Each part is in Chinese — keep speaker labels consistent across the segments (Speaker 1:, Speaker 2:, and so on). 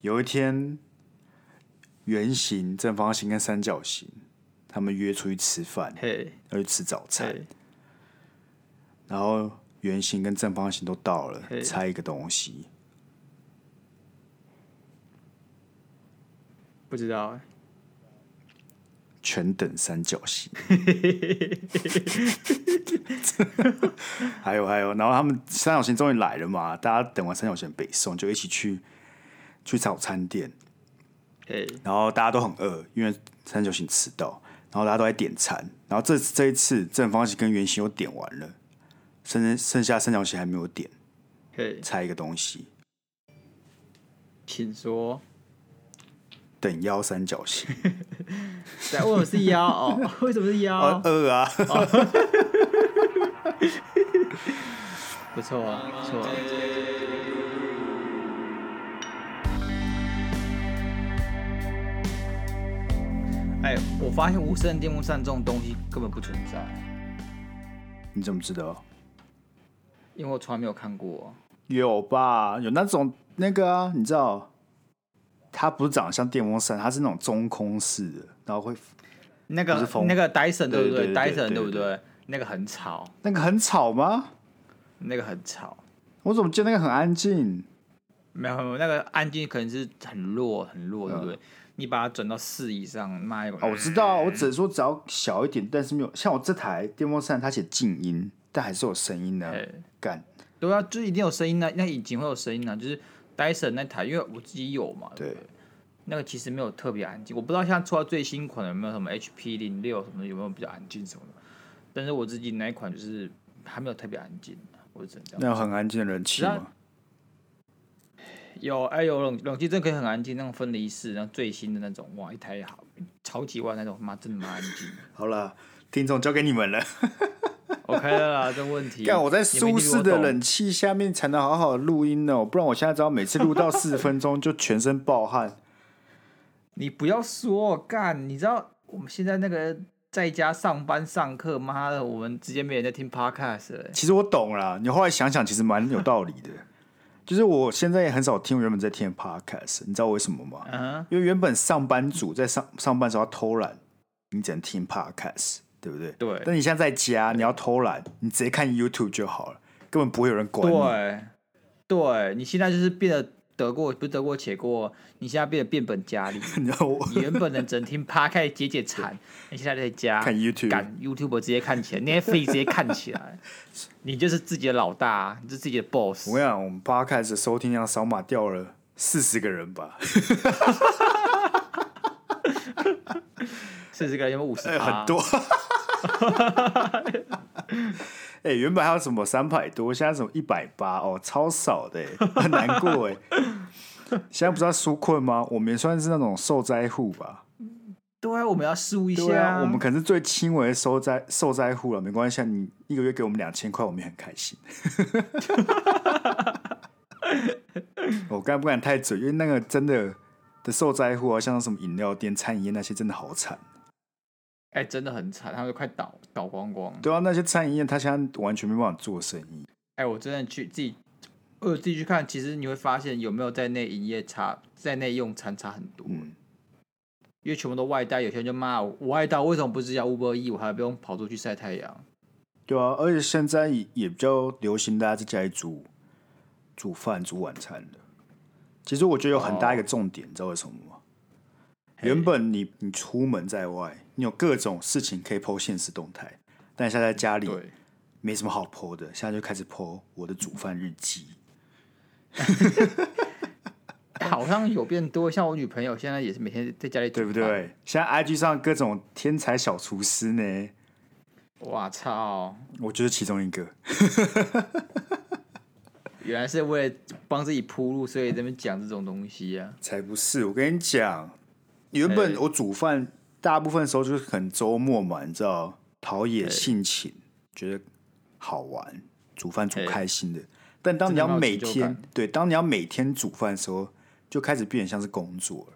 Speaker 1: 有一天，圆形、正方形跟三角形，他们约出去吃饭，
Speaker 2: 嘿，
Speaker 1: 要去吃早餐。
Speaker 2: 嘿，
Speaker 1: 然后圆形跟正方形都到了，
Speaker 2: 嘿
Speaker 1: 猜一个东西。
Speaker 2: 不知道哎、
Speaker 1: 全等三角 形。还有还有，然后他们三角形终于来了嘛，大家等完三角形北送，就一起去去早餐店，
Speaker 2: 嘿，
Speaker 1: 然后大家都很饿，因为三角形迟到，然后大家都在点餐，然后这这一次正方形跟圆形又点完了，剩剩剩下三角形还没有点，
Speaker 2: 嘿，
Speaker 1: 猜一个东西，
Speaker 2: 请说。
Speaker 1: 等腰三角形，
Speaker 2: 在为什么是 腰？哦，为什么是腰
Speaker 1: 哦？ 饿啊，
Speaker 2: 不错啊，不错啊。哎，我发现无声电风扇这种东西根本不存在，
Speaker 1: 你怎么知道？
Speaker 2: 因为我从来没有看过。
Speaker 1: 有吧？有那种那个啊，你知道，它不是长得像电风扇，它是那种中空式的，然后会
Speaker 2: 那
Speaker 1: 不是
Speaker 2: 个
Speaker 1: 风
Speaker 2: 那个 Dyson 对
Speaker 1: 对对
Speaker 2: 不
Speaker 1: 对对
Speaker 2: Dyson
Speaker 1: 对
Speaker 2: 对不对？那个很吵，
Speaker 1: 那个很吵吗？
Speaker 2: 那个很吵。
Speaker 1: 我怎么记得那个很安静？
Speaker 2: 没有，那个安静可能是很弱很弱，对不对？你把它转到四以上，那一
Speaker 1: 嗯哦，我知道，我只能说只要小一点，但是没有像我这台电风扇，它写静音，但还是有声音的
Speaker 2: 嘿。
Speaker 1: 干，
Speaker 2: 对啊，就是一定有声音啊，那以前会有声音啊，就是 Dyson 那台，因为我自己有嘛，
Speaker 1: 对，
Speaker 2: 那个其实没有特别安静，我不知道现在出到最新款的有没有什么 HP 零六什么的有没有比较安静什么的，但是我自己那一款就是还没有特别安静，我是这样。
Speaker 1: 那有很安静的人气
Speaker 2: 啊
Speaker 1: 吗？
Speaker 2: 有哎、有冷冷气真的可以很安静，那种分离式，然后最新的那种，哇，一台好好几万那种，妈真的蛮安静。
Speaker 1: 好了，听众交给你们了。
Speaker 2: OK 了啦，这问题。
Speaker 1: 干，我在
Speaker 2: 你们
Speaker 1: 舒
Speaker 2: 一定
Speaker 1: 适
Speaker 2: 听
Speaker 1: 的
Speaker 2: 我懂
Speaker 1: 冷气下面才能好好录音哦，不然我现在只要每次录到四十分钟就全身暴汗。
Speaker 2: 你不要说干，你知道我们现在那个在家上班上课，妈的，我们直接没人在听 podcast 了欸、
Speaker 1: 其实我懂啦，你后来想想，其实蛮有道理的。就是我现在也很少听我原本在听的 podcast，你知道为什么吗？
Speaker 2: 嗯哼，
Speaker 1: 因为原本上班族在上上班时候要偷懒，你只能听 podcast，对不对？
Speaker 2: 对
Speaker 1: 但你现在在家，你要偷懒，你直接看 YouTube 就好了，根本不会有人管你。
Speaker 2: 对，对你现在就是变得得过，不是得过且过，你现在变得变本加厉。
Speaker 1: 你知道我
Speaker 2: 你原本能整天趴开解 解馋，你现在在家
Speaker 1: 看 YouTube
Speaker 2: 赶 YouTube 直接看起来，Netflix 直接看起 来，你就是自己的老大啊，你是自己的 boss
Speaker 1: 我。跟你讲，我们 podcast 的收听量扫码掉了四十个人吧，
Speaker 2: 四十个人有没有五十
Speaker 1: 哎，
Speaker 2: 趴？
Speaker 1: 很多。 哎、原本还有什么三百多，现在什么一百八哦，超少的、哎很难过哎、现在不是要纾困吗？我们也算是那种受灾户吧？
Speaker 2: 对啊，我们要输一
Speaker 1: 对啊，
Speaker 2: 下。
Speaker 1: 我们可能是最轻微的受灾受灾户了，没关系啊，你一个月给我们两千块，我们也很开心。我刚才不敢太嘴，因为那个真的的受灾户啊，像什么饮料店、餐饮业那些，真的好惨。
Speaker 2: 哎、真的很惨，他们都快倒倒光光。
Speaker 1: 对啊，那些餐饮业他现在完全没办法做生意。
Speaker 2: 哎、我真的去自己，我有自己去看，其实你会发现有没有在内营业差，在内用餐差很多，
Speaker 1: 嗯，
Speaker 2: 因为全部都外带，有些人就骂我，我外带为什么不是要 Uber E，我还不用跑出去晒太阳？
Speaker 1: 对啊，而且现在也也比较流行大家在家里煮煮饭、煮晚餐的。其实我觉得有很大一个重点，你知道为什么吗？
Speaker 2: 嘿
Speaker 1: 原本你你出门在外，你有各种事情可以 PO 现实动态，但现在在家里
Speaker 2: 对，
Speaker 1: 没什么好 PO 的，现在就开始 PO 我的煮饭日记。
Speaker 2: 哎好像有变多，像我女朋友现在也是每天在家里，
Speaker 1: 对不？对？现在 IG 上各种天才小厨师呢，
Speaker 2: 哇操！
Speaker 1: 我就是其中一个。
Speaker 2: 原来是为了帮自己铺路，所以这边讲这种东西啊。
Speaker 1: 才不是！我跟你讲，原本
Speaker 2: 哎
Speaker 1: 我煮饭大部分时候就是很周末嘛，你知道，陶冶性情，觉得好玩，煮饭煮
Speaker 2: 哎
Speaker 1: 开心的。但当你要
Speaker 2: 真的蛮有
Speaker 1: 每
Speaker 2: 成就
Speaker 1: 天
Speaker 2: 感
Speaker 1: 对，当你要每天煮饭的时候，就开始变得像是工作了。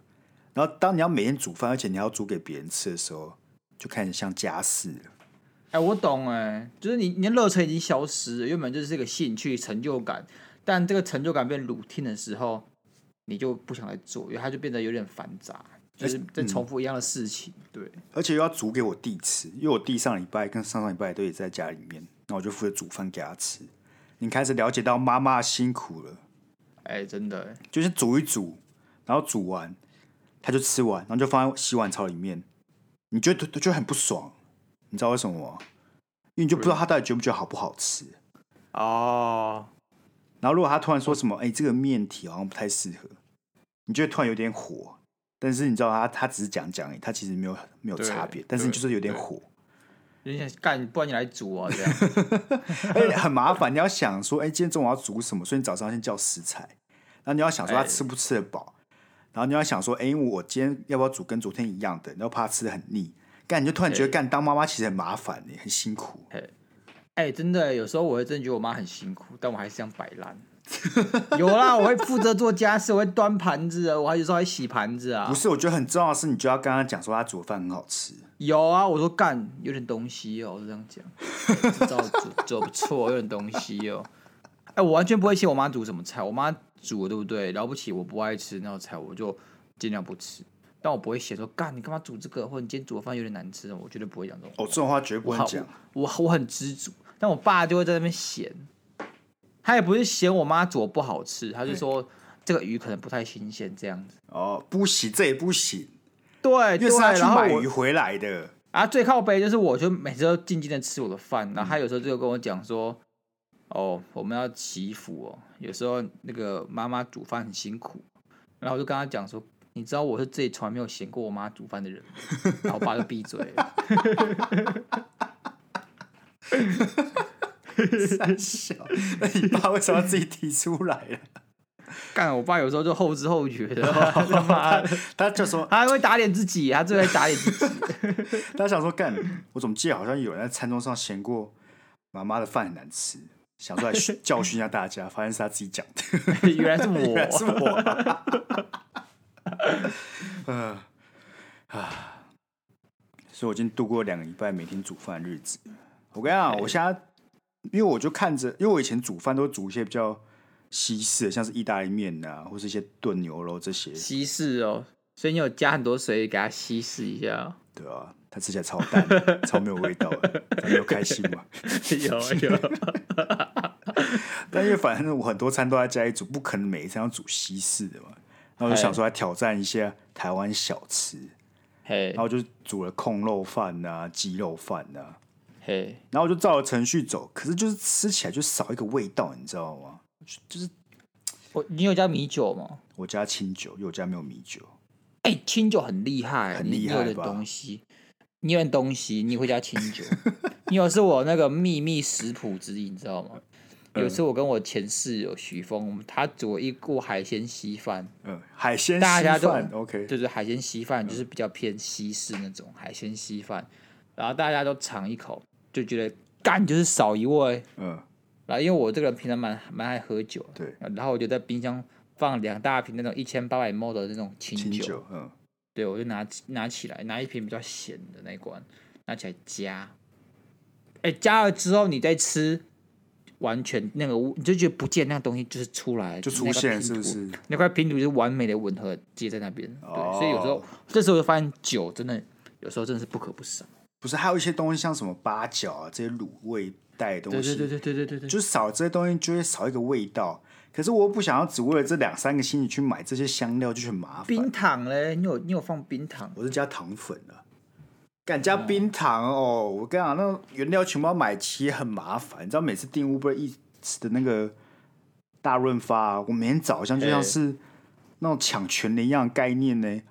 Speaker 1: 然后当你要每天煮饭，而且你还要煮给别人吃的时候，就开始像家事了。
Speaker 2: 哎、我懂哎、就是你你的热忱已经消失了，原本就是一个兴趣成就感，但这个成就感变 routine 的时候，你就不想再做，因为它就变得有点繁杂，就是在重复一样的事情。对，
Speaker 1: 而且又要煮给我弟吃，因为我弟上礼拜跟上上礼拜都也在家里面，那我就负责煮饭给他吃。你开始了解到妈妈辛苦了，
Speaker 2: 哎、真的、哎
Speaker 1: 就是煮一煮，然后煮完他就吃完，然后就放在洗碗槽里面，你觉得就很不爽，你知道为什么吗？因为你就不知道他到底觉不觉得好不好吃。
Speaker 2: 哦，
Speaker 1: 然后如果他突然说什么，哎、这个面体好像不太适合，你就会突然有点火。但是你知道他他只是讲讲而已，他其实没有没有
Speaker 2: 对
Speaker 1: 差别，但是你
Speaker 2: 对
Speaker 1: 就是有点
Speaker 2: 对
Speaker 1: 火，
Speaker 2: 有点想干，不然你来煮啊这样。
Speaker 1: 而哎且很麻烦。你要想说，哎、今天中午要煮什么，所以你早上先叫食材，然后你要想说他
Speaker 2: 哎
Speaker 1: 吃不吃得饱，然后你要想说，哎、我今天要不要煮跟昨天一样的，然后怕他吃的很腻。干，你就突然觉得
Speaker 2: 哎
Speaker 1: 干当妈妈其实很麻烦耶，很辛苦。
Speaker 2: 哎、真的，有时候我会真的觉得我妈很辛苦，但我还是想摆烂。有啦，我会负责做家事，我会端盘子啊，我还有时候还洗盘子啊
Speaker 1: 不。是，我觉得很重要的是，你就要跟他讲说啊他煮的饭很好吃。
Speaker 2: 有啊，我说干有点东西哦，我就这样讲，这招煮做不错，有点东西哦。 哎、我完全不会写我妈煮什么菜，我妈煮的对不对？了不起，我不爱吃那道菜，我就尽量不吃。但我不会写说干你干嘛煮这个，或者你今天煮的饭有点难吃，我绝对不会讲这种。
Speaker 1: 哦，这种话绝对不能讲。
Speaker 2: 我我很知足，但我爸就会在那边嫌，他也不是嫌我妈煮的不好吃，他就说这个鱼可能不太新鲜这样子。
Speaker 1: 哦，不行，这也不行，
Speaker 2: 对
Speaker 1: 因为
Speaker 2: 对，啊
Speaker 1: 是他去
Speaker 2: 然后
Speaker 1: 买
Speaker 2: 我
Speaker 1: 鱼回来 的。
Speaker 2: 啊最靠背就是我就每次都静静的吃我的饭，
Speaker 1: 嗯
Speaker 2: 然后他有时候就跟我讲说，哦我们要祈福哦，有时候那个妈妈煮饭很辛苦，然后我就跟他讲说。你知道我是这里从来没有嫌过我妈煮饭的人吗，然后我爸就闭嘴了。
Speaker 1: 三小，那你爸为什么要自己提出来了？
Speaker 2: 干，我爸有时候就后知后觉的，哦 他妈的
Speaker 1: 他就说，
Speaker 2: 他会打脸自己，他最会打脸自己。
Speaker 1: 他想说干，我怎么记得好像有人在餐桌上嫌过妈妈的饭很难吃，想出来教训一下大家，发现是他自己讲的，
Speaker 2: 原来是
Speaker 1: 原来
Speaker 2: 我，
Speaker 1: 是我。 呃啊，所以我已经度过两个礼拜每天煮饭的日子。我跟你讲，我现在因为我就看着，因为我以前煮饭都煮一些比较西式的，像是意大利面啊，或是一些炖牛肉这些，
Speaker 2: 稀释哦。所以你有加很多水给它稀释一下。哦
Speaker 1: 对啊，它吃起来超淡的，超没有味道的，没有开心嘛。
Speaker 2: 有有，
Speaker 1: 但因为反正我很多餐都在家里煮，不可能每一餐要煮西式的嘛。然后我就想说来挑战一下台湾小吃，
Speaker 2: 嘿
Speaker 1: 然后我就煮了控肉饭啊、鸡肉饭啊，
Speaker 2: 嘿，
Speaker 1: 然后我就照着程序走，可是就是吃起来就少一个味道，你知道吗？
Speaker 2: 我你有加米酒吗？
Speaker 1: 我家清酒，因为我家没有米酒，
Speaker 2: 哎、清酒很厉害，
Speaker 1: 很
Speaker 2: 你
Speaker 1: 厉
Speaker 2: 你
Speaker 1: 害
Speaker 2: 有点
Speaker 1: 吧
Speaker 2: 东西，你有点东西，你会加清 酒。你有是我那个秘密食谱之一，你知道吗？有一
Speaker 1: 嗯
Speaker 2: 次我跟我前室友许峰，他煮了一锅海鲜稀饭，
Speaker 1: 嗯，海鲜
Speaker 2: 大家
Speaker 1: 稀
Speaker 2: 都
Speaker 1: 饭，OK，
Speaker 2: 就是海鲜稀饭，就是比较偏西式那种海鲜稀饭，然后大家都尝一口，就觉得干就是少一味。
Speaker 1: 嗯，
Speaker 2: 然后因为我这个人平常蛮蛮爱喝酒，
Speaker 1: 对，
Speaker 2: 然后我就在冰箱放两大瓶那种一千八百 ml 的那种清
Speaker 1: 清
Speaker 2: 酒，
Speaker 1: 酒，嗯，
Speaker 2: 对我就拿拿起来，拿一瓶比较咸的那一罐，拿起来加，哎，加了之后你再吃。完全那个味，你就觉得不见那个东西就是出来，
Speaker 1: 就出
Speaker 2: 那个拼
Speaker 1: 现是不
Speaker 2: 图
Speaker 1: 是？
Speaker 2: 那块拼图就是完美的吻合接在那边，对，
Speaker 1: 哦
Speaker 2: 所以有时候这时候我就发现酒真的有时候真的是不可不少，
Speaker 1: 不是，还有一些东西像什么八角啊这些卤味带的东
Speaker 2: 对
Speaker 1: 西，
Speaker 2: 对对对对对对对，
Speaker 1: 就是少这些东西就会少一个味道。可是我又不想要只为了这两三个星期去买这些香料，就很麻烦。
Speaker 2: 冰糖嘞，你有你有放冰糖，
Speaker 1: 我是加糖粉啊，敢加冰糖哦！我跟你讲，那原料全部要买齐很麻烦。你知道每次订 Uber Eats 的那个大润发、啊，我每天早上就像
Speaker 2: 哎
Speaker 1: 是那种抢全联一样的概念呢、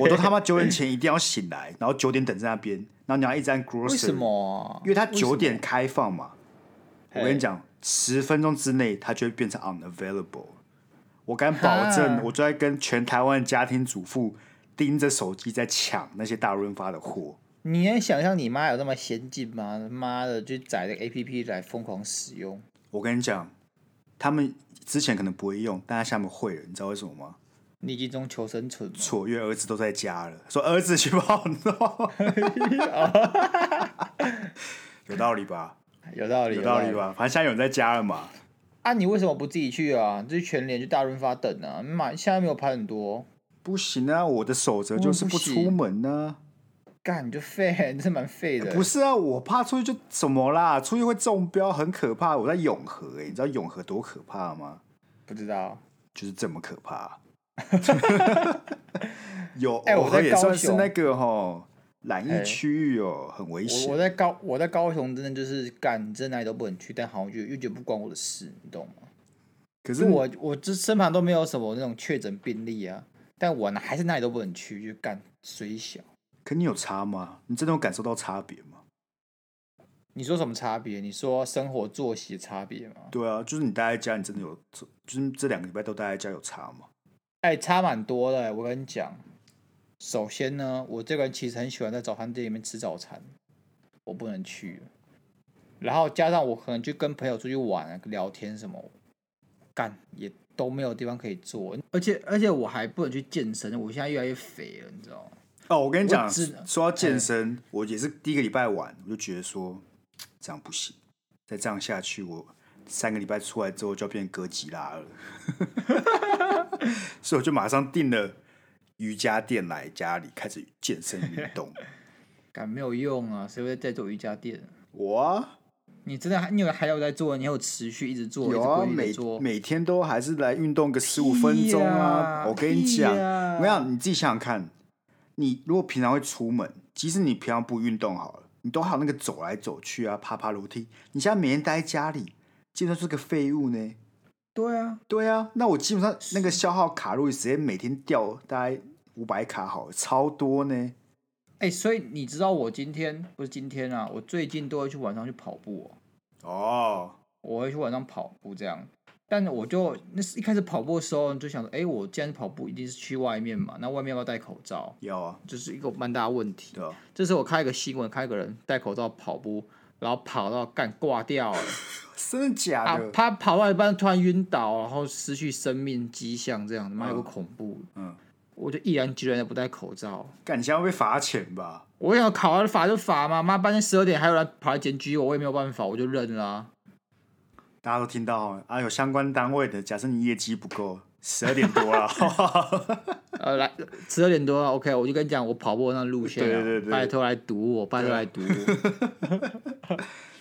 Speaker 1: 我都他妈九点前一定要醒来，然后九点等在那边，然后你要一直按 grocery，
Speaker 2: 为什么啊？
Speaker 1: 因为它九点开放嘛。我跟
Speaker 2: 嘿
Speaker 1: 你讲，十分钟之内它就会变成 unavailable。我敢保证
Speaker 2: 哈，
Speaker 1: 我就在跟全台湾的家庭主妇盯着手机在抢那些大润发的货。
Speaker 2: 你能想象你妈有那么先进吗？妈的，就载这个 A P P 来疯狂使用，
Speaker 1: 我跟你讲，他们之前可能不会用，但他下面会了，你知道为什么吗？
Speaker 2: 逆境中求生存吗？
Speaker 1: 错，因为儿子都在家了，说儿子去帮我 弄，有道理吧？
Speaker 2: 有道理，
Speaker 1: 有道理？吧？反正现在有人在家了嘛，
Speaker 2: 啊，你为什么不自己去啊？这全联去大润发等啊，买现在没有排很多，
Speaker 1: 不行啊，我的守则就是不出门啊呢、
Speaker 2: 干你就废，你 是蛮废的。
Speaker 1: 不是啊，我怕出去就什么啦，出去会中标，很可怕。我在永和、欸，你知道永和多可怕吗？
Speaker 2: 不知道，
Speaker 1: 就是这么可 怕。有，
Speaker 2: 哎我在
Speaker 1: 也
Speaker 2: 高
Speaker 1: 算是
Speaker 2: 雄
Speaker 1: 那个吼染
Speaker 2: 哎
Speaker 1: 疫区域哦，很危
Speaker 2: 我
Speaker 1: 险
Speaker 2: 我。在高我在高雄真的就是干，真的哪里都不能去，但好像就又觉得不关我的事，你懂吗？
Speaker 1: 可
Speaker 2: 可
Speaker 1: 是
Speaker 2: 我我这身旁都没有什么那种确诊病例啊，但我呢还是哪里都不能去，就干虽小。
Speaker 1: 可你有差吗？你真的有感受到差别吗？
Speaker 2: 你说什么差别？你说生活作息的差别吗？
Speaker 1: 对啊，就是你待在家，你真的有，就是这两个礼拜都待在家有差吗？
Speaker 2: 哎、差蛮多的、我跟你讲，首先呢，我这个人其实很喜欢在早餐店里面吃早餐，我不能去了。然后加上我可能去跟朋友出去玩、啊、聊天什么，干也都没有地方可以坐，而且而且我还不能去健身，我现在越来越肥了，你知道吗？
Speaker 1: 哦，我跟你讲
Speaker 2: 我只，能哎
Speaker 1: 说到健身，我也是第一个礼拜玩，我就觉得说这样不行，再这样下去，我三个礼拜出来之后就要变哥吉拉了， 所以我就马上订了瑜伽垫来家里开始健身运 动。
Speaker 2: 干没有用啊，谁会在做瑜伽垫？
Speaker 1: 我啊，
Speaker 2: 你真的还你有还有在做，你还有持续一直做，
Speaker 1: 有
Speaker 2: 一
Speaker 1: 啊，
Speaker 2: 直规律地
Speaker 1: 每
Speaker 2: 做。
Speaker 1: 每天都还是来运动个十五分钟啊！
Speaker 2: 屁呀
Speaker 1: 我跟你讲，
Speaker 2: 屁呀
Speaker 1: 我跟你讲，你自己想想看，你如果平常会出门，即使你平常不运动好了，你都还有那个走来走去啊，爬爬楼梯。你现在每天待在家里，基本上是个废物呢。
Speaker 2: 对啊，
Speaker 1: 对啊，那我基本上那个消耗卡路里直接每天掉大概五百卡好了，超多呢。
Speaker 2: 哎、所以你知道我今天不是今天啊，我最近都会去晚上去跑步哦、
Speaker 1: 哦，
Speaker 2: 我会去晚上跑步这样。但我就那是一开始跑步的时候，就想说，哎、我既然是跑步，一定是去外面嘛，那外面要不要戴口罩？
Speaker 1: 有啊，
Speaker 2: 这、是一个蛮大的问题。
Speaker 1: 对啊，
Speaker 2: 这时候我看一个新闻，看一个人戴口罩跑步，然后跑到干挂掉了
Speaker 1: 真的假
Speaker 2: 啊
Speaker 1: 的？！
Speaker 2: 他跑到一半突然晕倒，然后失去生命迹象，这样他妈有个恐怖。
Speaker 1: 嗯，
Speaker 2: 我就毅然决然的不戴口罩。
Speaker 1: 干、你现在会被罚钱吧？
Speaker 2: 我想考完罚就罚嘛，妈半夜十二点还有人跑来检举我，我也没有办法，我就认了啊、
Speaker 1: 大家都听到哦啊，有相关单位的，假设你业绩不够，十二点多了，
Speaker 2: 呃，来十二点多啊，OK，我就跟你讲，我跑步那路线、啊，
Speaker 1: 对对对啊
Speaker 2: 拜托来堵我，拜托来堵 我，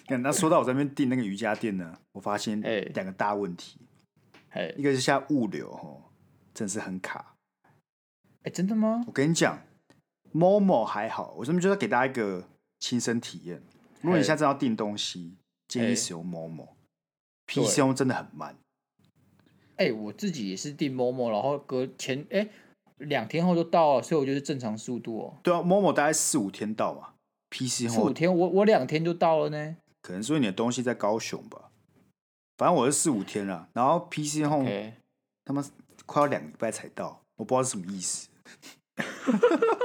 Speaker 1: 干那说到我在那边订那个瑜伽垫呢，我发现
Speaker 2: 哎
Speaker 1: 两个大问题，
Speaker 2: 哎、
Speaker 1: 一个是现在物流哦，真是很卡。
Speaker 2: 哎，真的吗？
Speaker 1: 我跟你讲，Momo 还好，我这边就是要给大家一个亲身体验。如果你
Speaker 2: 哎
Speaker 1: 现在真的要订东西，建议
Speaker 2: 哎
Speaker 1: 使用 Momo。
Speaker 2: 对
Speaker 1: PC 用真的很慢，
Speaker 2: 哎、我自己也是订某某，然后隔前哎两、天后就到了，所以我就是正常速度哦，
Speaker 1: 对啊，Momo 大概四五天到嘛，PC
Speaker 2: 四五
Speaker 1: 用
Speaker 2: 天，我我两天就到了呢。
Speaker 1: 可能是因为你的东西在高雄吧，反正我是四五天了，然后 PC Home
Speaker 2: OK，
Speaker 1: 他妈快要两个礼拜才到，我不知道是什么意思。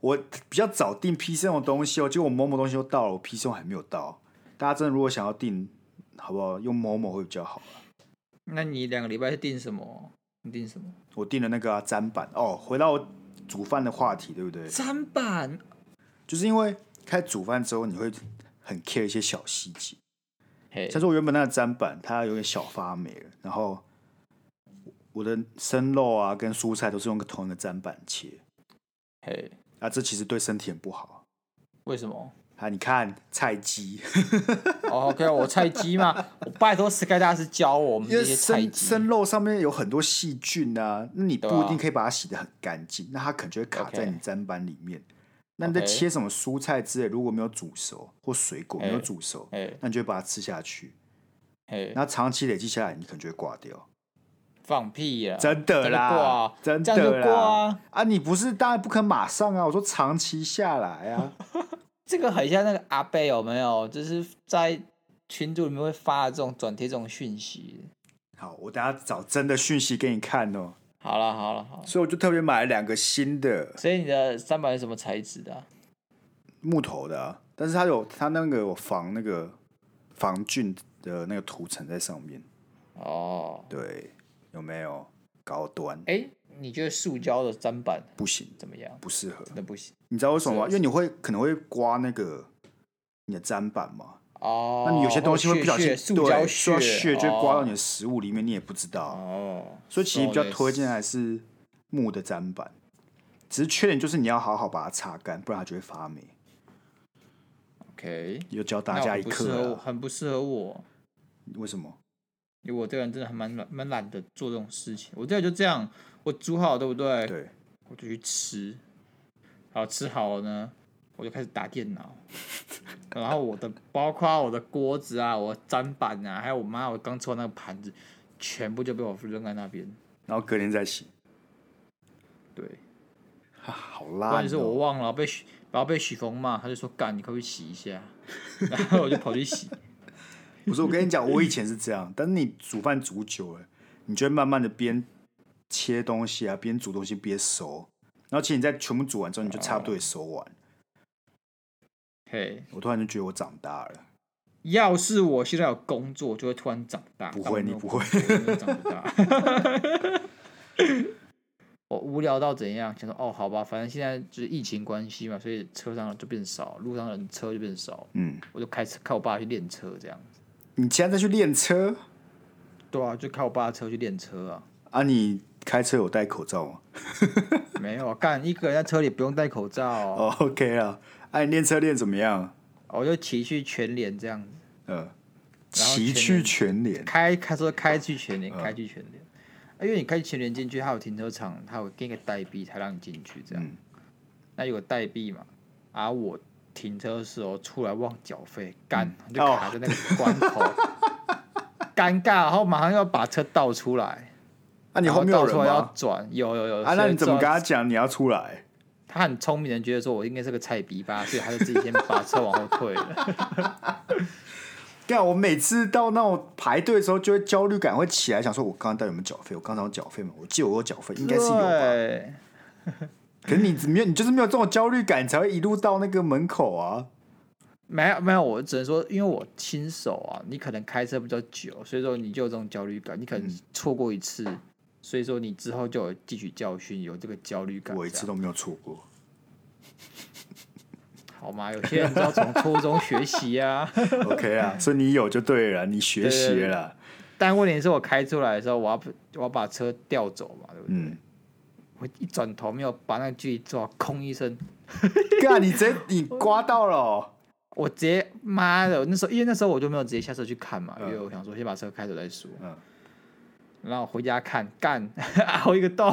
Speaker 1: 我比较早订 P 送的东西哦，结果我某某东西都到了，我 P 送还没有到。大家真的如果想要订，好不好？用某某会比较好啊
Speaker 2: 那你两个礼拜是订什么？你订什么？
Speaker 1: 我订了那个啊砧板哦，回到我煮饭的话题，对不对？
Speaker 2: 砧板
Speaker 1: 就是因为开始煮饭之后，你会很 care 一些小细节，
Speaker 2: 嘿
Speaker 1: 像是我原本那个砧板，它有点小发霉了，然后我的生肉啊跟蔬菜都是用同一个砧板切，
Speaker 2: 嘿，
Speaker 1: 啊，这其实对身体很不好
Speaker 2: 为什么？
Speaker 1: 啊！你看菜 鸡，
Speaker 2: 哦，OK，我菜鸡嘛，我拜托 Sky 大师教我们
Speaker 1: 因
Speaker 2: 这
Speaker 1: 为
Speaker 2: 些菜
Speaker 1: 生
Speaker 2: 鸡。
Speaker 1: 生肉上面有很多细菌啊，那你
Speaker 2: 对
Speaker 1: 不一
Speaker 2: 啊
Speaker 1: 定可以把它洗得很干净，那它可能就会卡在
Speaker 2: OK
Speaker 1: 你砧板里面。那你在
Speaker 2: OK
Speaker 1: 切什么蔬菜之类，如果没有煮熟或水果没有
Speaker 2: 哎
Speaker 1: 煮熟，
Speaker 2: 嘿
Speaker 1: 那你就会把它吃下去，
Speaker 2: 嘿，
Speaker 1: 那长期累积下来，你可能就会挂掉。
Speaker 2: 放屁呀！
Speaker 1: 真的
Speaker 2: 这样就过
Speaker 1: 啦
Speaker 2: 啊，
Speaker 1: 真
Speaker 2: 哎这样
Speaker 1: 的
Speaker 2: 就过啊
Speaker 1: 啦！啊，你不是当然不可能马上啊，我说长期下来啊，
Speaker 2: 这个很像那个阿贝有没有？就是在群组里面会发这种转贴这种讯息。
Speaker 1: 好，我等下找真的讯息给你看哦。
Speaker 2: 好了好了好了，
Speaker 1: 所以我就特别买了两个新的，
Speaker 2: 所以你的三板是什么材质的啊、
Speaker 1: 木头的、啊，但是它有它那个有防那个防菌的那个涂层在上面，
Speaker 2: 哦，
Speaker 1: 对，有没有高端？
Speaker 2: 哎、你觉得塑胶的砧板
Speaker 1: 不行，
Speaker 2: 怎么样？
Speaker 1: 不适合。
Speaker 2: 真的不行
Speaker 1: 你知道为什么吗？因
Speaker 2: 是
Speaker 1: 为你会可能会刮那个你的砧板嘛，
Speaker 2: 哦，
Speaker 1: 那你有些东西会不小心
Speaker 2: 屑塑胶
Speaker 1: 对
Speaker 2: 屑，
Speaker 1: 塑胶屑就会刮到你
Speaker 2: 哦
Speaker 1: 的食物里面，你也不知道。
Speaker 2: 哦，
Speaker 1: 所以其实比较
Speaker 2: so
Speaker 1: 推荐还啊是木的砧板，只是缺点就是你要好好把它擦干，不然它就会发霉。
Speaker 2: OK，
Speaker 1: 又教大
Speaker 2: 那
Speaker 1: 家
Speaker 2: 很
Speaker 1: 一
Speaker 2: 不适合
Speaker 1: 课
Speaker 2: 我，
Speaker 1: 啊，
Speaker 2: 很不适合我，
Speaker 1: 为什么？
Speaker 2: 因为我这个人真的还蛮懒，蛮懒得做这种事情。我这个就这样，我煮好对不对？
Speaker 1: 对，
Speaker 2: 我就去吃，好吃好了呢，我就开始打电脑，然后我的包括我的锅子啊，我的砧板啊，还有我妈我刚做那个盘子，全部就被我扔在那边。
Speaker 1: 然后隔天再洗，
Speaker 2: 对，
Speaker 1: 啊好
Speaker 2: 关
Speaker 1: 烂
Speaker 2: 键是我
Speaker 1: 哦！
Speaker 2: 忘了被许，然后被许峰骂，他就说干，你可不可以洗一下？ 然后我就跑去洗。
Speaker 1: 不是我跟你讲，我以前是这样，但是你煮饭煮久了，你就会慢慢的边切东西啊，边煮东西边熟，然后其实你在全部煮完之后，你就差不多也熟完。
Speaker 2: 嘿，
Speaker 1: 我突然就觉得我长大了，
Speaker 2: 要是我现在有工作，我就会突然长大。
Speaker 1: 不
Speaker 2: 但我
Speaker 1: 会，
Speaker 2: 没
Speaker 1: 你
Speaker 2: 有
Speaker 1: 不
Speaker 2: 工
Speaker 1: 会。
Speaker 2: 作，我真的长不大。 我无聊到怎样？想说哦，好吧，反正现在就是疫情关系嘛，所以车上就变少，路上人车就变少，
Speaker 1: 嗯，
Speaker 2: 我就开车开我爸去练车这样子。
Speaker 1: 你现在再去练车
Speaker 2: 对啊，就开我爸的车去练车啊。
Speaker 1: 啊？你开车有戴口罩吗？
Speaker 2: 没有啊，干一个人在车里不用戴口罩、 哦，
Speaker 1: 哦，OK 啊。哎、你练车练怎么样？
Speaker 2: 我就骑去全联这样子。
Speaker 1: 呃，
Speaker 2: 然后
Speaker 1: 骑去全脸。
Speaker 2: 开开说开去
Speaker 1: 嗯
Speaker 2: 全联，开去全联，啊因为你开去全联进去，它有停车场，它有给你个代币才让你进去这样。
Speaker 1: 嗯
Speaker 2: 那有个代币嘛，啊，我停车的时候出来忘缴费，干、就
Speaker 1: 哦
Speaker 2: 卡在那个关口， 尴尬，然后马上要把车倒出来，
Speaker 1: 啊，你
Speaker 2: 然后
Speaker 1: 后面有
Speaker 2: 倒
Speaker 1: 人
Speaker 2: 出来要
Speaker 1: 吗？
Speaker 2: 转，有有有
Speaker 1: 啊，那你怎么跟
Speaker 2: 搞？
Speaker 1: 他讲你要出来？
Speaker 2: 他很聪明的觉得说我应该是个菜逼吧，所以他就自己先把车往后退了。
Speaker 1: 干，我每次到那种排队的时候，就会焦虑感会起来，想说我刚刚到底有没有缴费？我刚才有缴费吗？我记得我有缴费， 应该是有吧。
Speaker 2: 对
Speaker 1: 可是你没有，你就是没有这种焦虑感，你才会一路到那个门口啊。
Speaker 2: 没有没有，我只能说，因为我新手啊，你可能开车比较久，所以说你就有这种焦虑感，你可
Speaker 1: 嗯
Speaker 2: 能错过一次，所以说你之后就有汲取教训，有这个焦虑感。
Speaker 1: 我一次
Speaker 2: 这样
Speaker 1: 都没有错过。
Speaker 2: 好吗？有些人知道从初中学习啊，
Speaker 1: OK 啊，所以你有就对了，你学习了啦。
Speaker 2: 但问题是我开出来的时候，我要我要把车调走嘛，对不对？
Speaker 1: 嗯，
Speaker 2: 我一转头没有把那个距离做好，空一声，
Speaker 1: 干，你直接你刮到了哦、
Speaker 2: 我直接妈的，那时候因为那时候我就没有直接下车去看嘛，
Speaker 1: 嗯
Speaker 2: 因为我想说先把车开走再说。
Speaker 1: 嗯
Speaker 2: 然后我回家看，干 凹一个洞。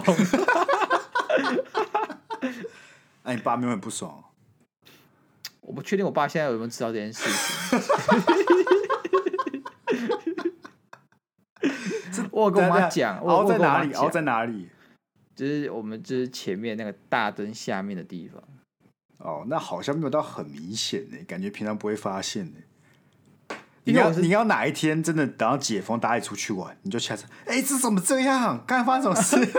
Speaker 1: 哎、你爸没有很不爽哦、
Speaker 2: 我不确定我爸现在有没有知道这件事情。我有跟我妈讲，我
Speaker 1: 凹
Speaker 2: 有
Speaker 1: 在
Speaker 2: 跟我
Speaker 1: 哪
Speaker 2: 妈
Speaker 1: 里？凹
Speaker 2: 讲，
Speaker 1: 在哪里？
Speaker 2: 就是我们就是前面那个大灯下面的地方。
Speaker 1: 哦，那好像没有到很明显呢，感觉平常不会发现呢。你
Speaker 2: 因为
Speaker 1: 要
Speaker 2: 我是
Speaker 1: 你要哪一天真的等到解封，大家一起出去玩，你就下车，哎、这怎么这样？刚才发生什么事？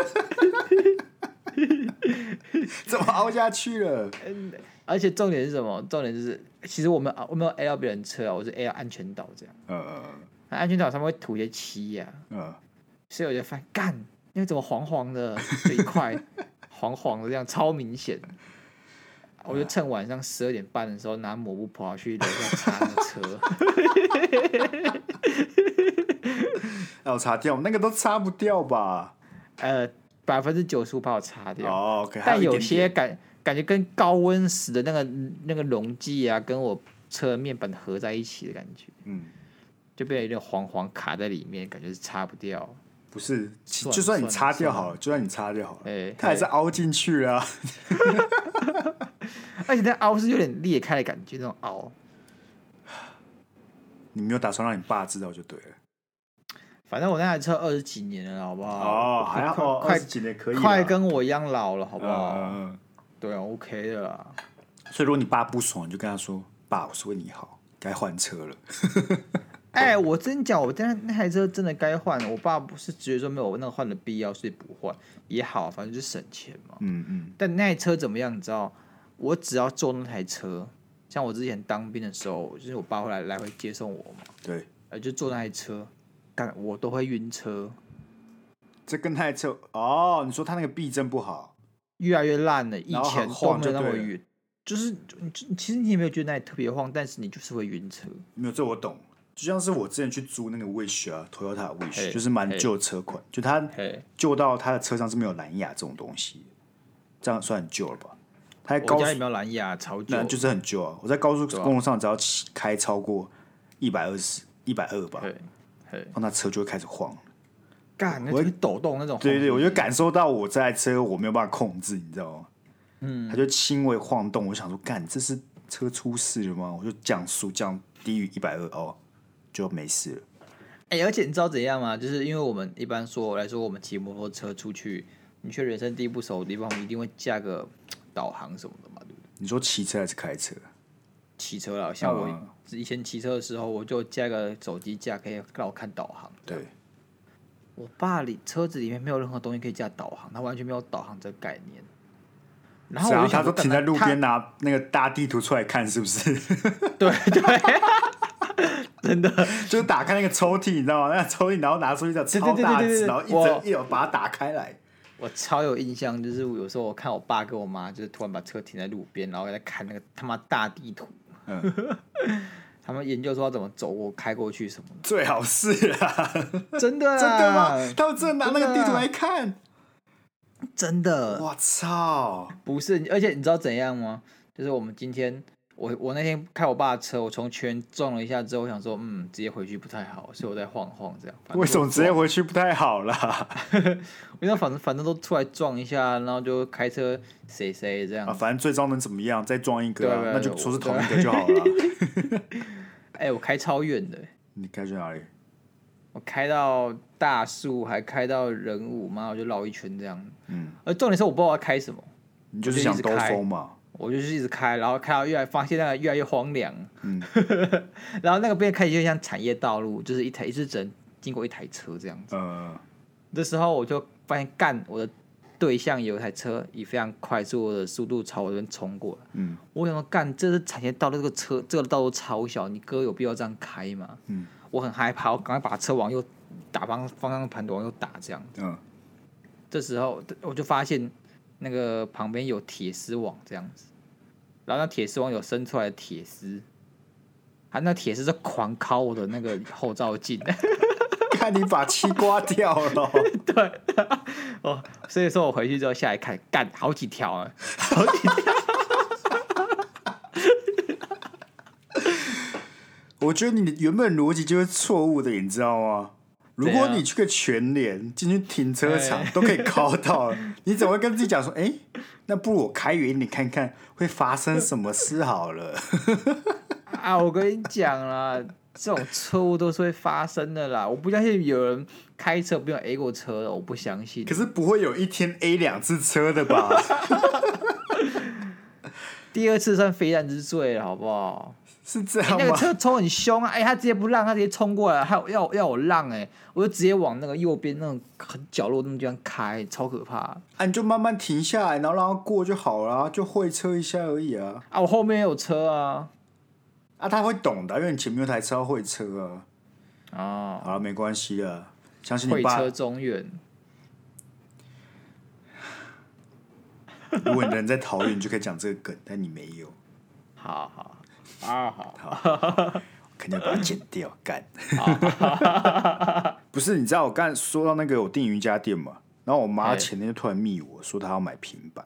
Speaker 1: 怎么凹下去了？
Speaker 2: 而且重点是什么？重点就是，其实我们啊我没有 A 到别人车啊，我是 A 到安全岛这样。
Speaker 1: 呃
Speaker 2: 那安全岛上面会涂一些漆呀、
Speaker 1: 呃，
Speaker 2: 所以我就发现，干，那个怎么黄黄的这一块，黄黄的这样超明显。我就趁晚上十二点半的时候拿抹布跑去楼下擦那个车。
Speaker 1: 要擦掉，那个都擦不掉吧？
Speaker 2: 呃，百分之九十五把我擦掉，
Speaker 1: 哦，OK，还
Speaker 2: 但
Speaker 1: 一
Speaker 2: 有
Speaker 1: 点
Speaker 2: 些
Speaker 1: 点
Speaker 2: 感感觉跟高温时的那个那个溶剂啊，跟我车的面板合在一起的感觉，
Speaker 1: 嗯。
Speaker 2: 就变得有点黄黄卡在里面，感觉是擦不掉。
Speaker 1: 不是，其
Speaker 2: 算
Speaker 1: 就算你
Speaker 2: 算
Speaker 1: 擦掉好了，就算你擦掉好
Speaker 2: 哎
Speaker 1: 了，它还是凹进去了啊。
Speaker 2: 而且那凹是有点裂开的感觉，那种凹。
Speaker 1: 你没有打算让你爸知道就对了。
Speaker 2: 反正我那台车二十几年了，好不好？
Speaker 1: 哦，还
Speaker 2: 快
Speaker 1: 好，快
Speaker 2: 快
Speaker 1: 几年可以啦，
Speaker 2: 快跟我一样老了，好不
Speaker 1: 嗯嗯
Speaker 2: 好？
Speaker 1: 嗯。
Speaker 2: 对啊，OK 的啦。
Speaker 1: 所以如果你爸不爽，你就跟他说：“爸，我是为你好，该换车了。
Speaker 2: 哎、我真讲，我那那台车真的该换了。我爸不是直接说没有那个换的必要，所以不换也好，反正就是省钱嘛”。
Speaker 1: 嗯嗯，
Speaker 2: 但那台车怎么样？你知道，我只要坐那台车，像我之前当兵的时候，就是我爸会来来回接送我嘛，
Speaker 1: 对，
Speaker 2: 呃，就坐那台车，干我都会晕车，
Speaker 1: 这跟他车哦，你说他那个避震不好，
Speaker 2: 越来越烂了。以
Speaker 1: 然后
Speaker 2: 前
Speaker 1: 很
Speaker 2: 都
Speaker 1: 晃
Speaker 2: 没有那
Speaker 1: 就
Speaker 2: 么
Speaker 1: 对了
Speaker 2: 晕，就是就其实你也没有觉得那里特别晃，但是你就是会晕车。
Speaker 1: 没有，这我懂。就像是我之前去租那个 Wish 啊，Toyota 的 Wish，
Speaker 2: 嘿
Speaker 1: 就是蛮
Speaker 2: 嘿
Speaker 1: 旧的车款，就它
Speaker 2: 嘿，
Speaker 1: 旧到它的车上是没有蓝牙这种东西的，这样算很旧了吧？它在
Speaker 2: 我
Speaker 1: 高
Speaker 2: 家
Speaker 1: 速
Speaker 2: 也没有蓝牙，超久
Speaker 1: 那。就是很旧啊！我在高速
Speaker 2: 啊
Speaker 1: 公路上只要骑开超过一百二十、一百二吧，
Speaker 2: 嘿，嘿，
Speaker 1: 然后那车就会开始晃。
Speaker 2: 干，那
Speaker 1: 我
Speaker 2: 会抖动那种。
Speaker 1: 对对对，我就感受到我这台车我没有办法控制，你知道吗？嗯，它就轻微晃动，我想说，干，这是车出事了吗？我就降速降低于一百二哦，就没事了。
Speaker 2: 哎、而且你知道怎样吗？就是因为我们一般说来说，我们骑摩托车出去，你去人生地不熟的地方，我们一定会架个导航什么的嘛，对不对？
Speaker 1: 你说骑车还是开车？
Speaker 2: 骑车啦，像我
Speaker 1: 嗯
Speaker 2: 以前骑车的时候，我就架个手机架，可以让我看导航。
Speaker 1: 对，
Speaker 2: 我爸里车子里面没有任何东西可以架导航，他完全没有导航这个概念。然后
Speaker 1: 然
Speaker 2: 我
Speaker 1: 后
Speaker 2: 就想
Speaker 1: 啊他
Speaker 2: 说
Speaker 1: 都
Speaker 2: 干
Speaker 1: 停在
Speaker 2: 他
Speaker 1: 路
Speaker 2: 他
Speaker 1: 边拿那个大地图出来看，是不是？
Speaker 2: 对对，真的，
Speaker 1: 就是打开那个抽屉，你知道吗？那个抽屉，然后拿出一张超大
Speaker 2: 对对对对
Speaker 1: 纸，
Speaker 2: 对
Speaker 1: 然后一
Speaker 2: 我
Speaker 1: 整一有把它打开来。
Speaker 2: 我超有印象，就是有时候我看我爸跟我妈，就是突然把车停在路边，然后在看那个他妈大地图，
Speaker 1: 嗯
Speaker 2: 他们研究说要怎么走过、开过去什么
Speaker 1: 最好是啦，
Speaker 2: 的，真的啊
Speaker 1: 真的吗？？他们真的拿那个地
Speaker 2: 真
Speaker 1: 图
Speaker 2: 的啊
Speaker 1: 来看，
Speaker 2: 真的
Speaker 1: 我操！
Speaker 2: 不是，而且你知道怎样吗？就是我们今天。我我那天开我爸的车，我从圈撞了一下之后，我想说，嗯，直接回去不太好，所以我在晃晃这样。反正
Speaker 1: 为什么
Speaker 2: 都
Speaker 1: 直接回去不太好啦？
Speaker 2: 因为反正反正都出来撞一下，然后就开车谁谁这样
Speaker 1: 啊，。反正最终能怎么样？再撞一个、啊，
Speaker 2: 对对对
Speaker 1: 那就说是同一个就好 了啊。
Speaker 2: 哎、我开超远的、
Speaker 1: 你该去哪里？
Speaker 2: 我开到大树，还开到人武嘛，我就绕一圈这样。
Speaker 1: 嗯，
Speaker 2: 而重点是我不知道我要开什么，
Speaker 1: 你就是想兜
Speaker 2: 我就一直开
Speaker 1: 风嘛。
Speaker 2: 我就是一直开，然后开到越来发现那个越来越荒凉。
Speaker 1: 嗯，
Speaker 2: 然后那个边开始就像产业道路，就是一台一直整经过一台车这样子。
Speaker 1: 呃，
Speaker 2: 这时候我就发现，干我的对象有一台车以非常快速的速度朝我这边冲过来。
Speaker 1: 嗯，
Speaker 2: 我想说，干这是产业道路，这个车这个道路超小，你哥有必要这样开吗？
Speaker 1: 嗯，
Speaker 2: 我很害怕，我赶快把车往右打方方向盘往右打这样。
Speaker 1: 嗯，
Speaker 2: 这时候我就发现那个旁边有铁丝网这样子，然后那铁丝网有伸出来的铁丝，啊，那铁丝就狂敲我的那个后照镜。
Speaker 1: 看你把漆刮掉了，
Speaker 2: 哦，所以说我回去之后下来看，干好几条啊，
Speaker 1: 我觉得你原本逻辑就是错误的，你知道吗？如
Speaker 2: 怎
Speaker 1: 果
Speaker 2: 样
Speaker 1: 你去个全联，进去停车场
Speaker 2: 哎
Speaker 1: 都可以靠到了， 你怎么会跟自己讲说，哎、那不如我开远一点看看会发生什么事好了？
Speaker 2: 啊，我跟你讲啦，这种错误都是会发生的啦。我不相信有人开车不用 A 过车的，我不相信
Speaker 1: 可。是不会有一天 A 两次车的吧？
Speaker 2: 第二次算非战之罪了，好不好？
Speaker 1: 是这
Speaker 2: 欸
Speaker 1: 样
Speaker 2: 那个
Speaker 1: 吗？
Speaker 2: 车冲很凶啊！哎、他直接不让，他直接冲过来，还有要要我让哎、我就直接往那个右边那种很角落那种地方开，超可怕
Speaker 1: 啊，你就慢慢停下来，然后让它过就好了，就会车一下而已啊。
Speaker 2: 啊！我后面有车啊，
Speaker 1: 啊，他会懂的，因为你前面有台车要会车啊。
Speaker 2: 哦，
Speaker 1: 好了，没关系了，相信你
Speaker 2: 会
Speaker 1: 爸。
Speaker 2: 车中远，
Speaker 1: 如果你人在桃园，你就可以讲这个梗，但你没有，
Speaker 2: 好好啊好，
Speaker 1: 肯定把它剪掉。干， 不是，你知道我刚才说到那个我订瑜伽店嘛？然后我妈
Speaker 2: 哎
Speaker 1: 前天就突然密我说她要买平板，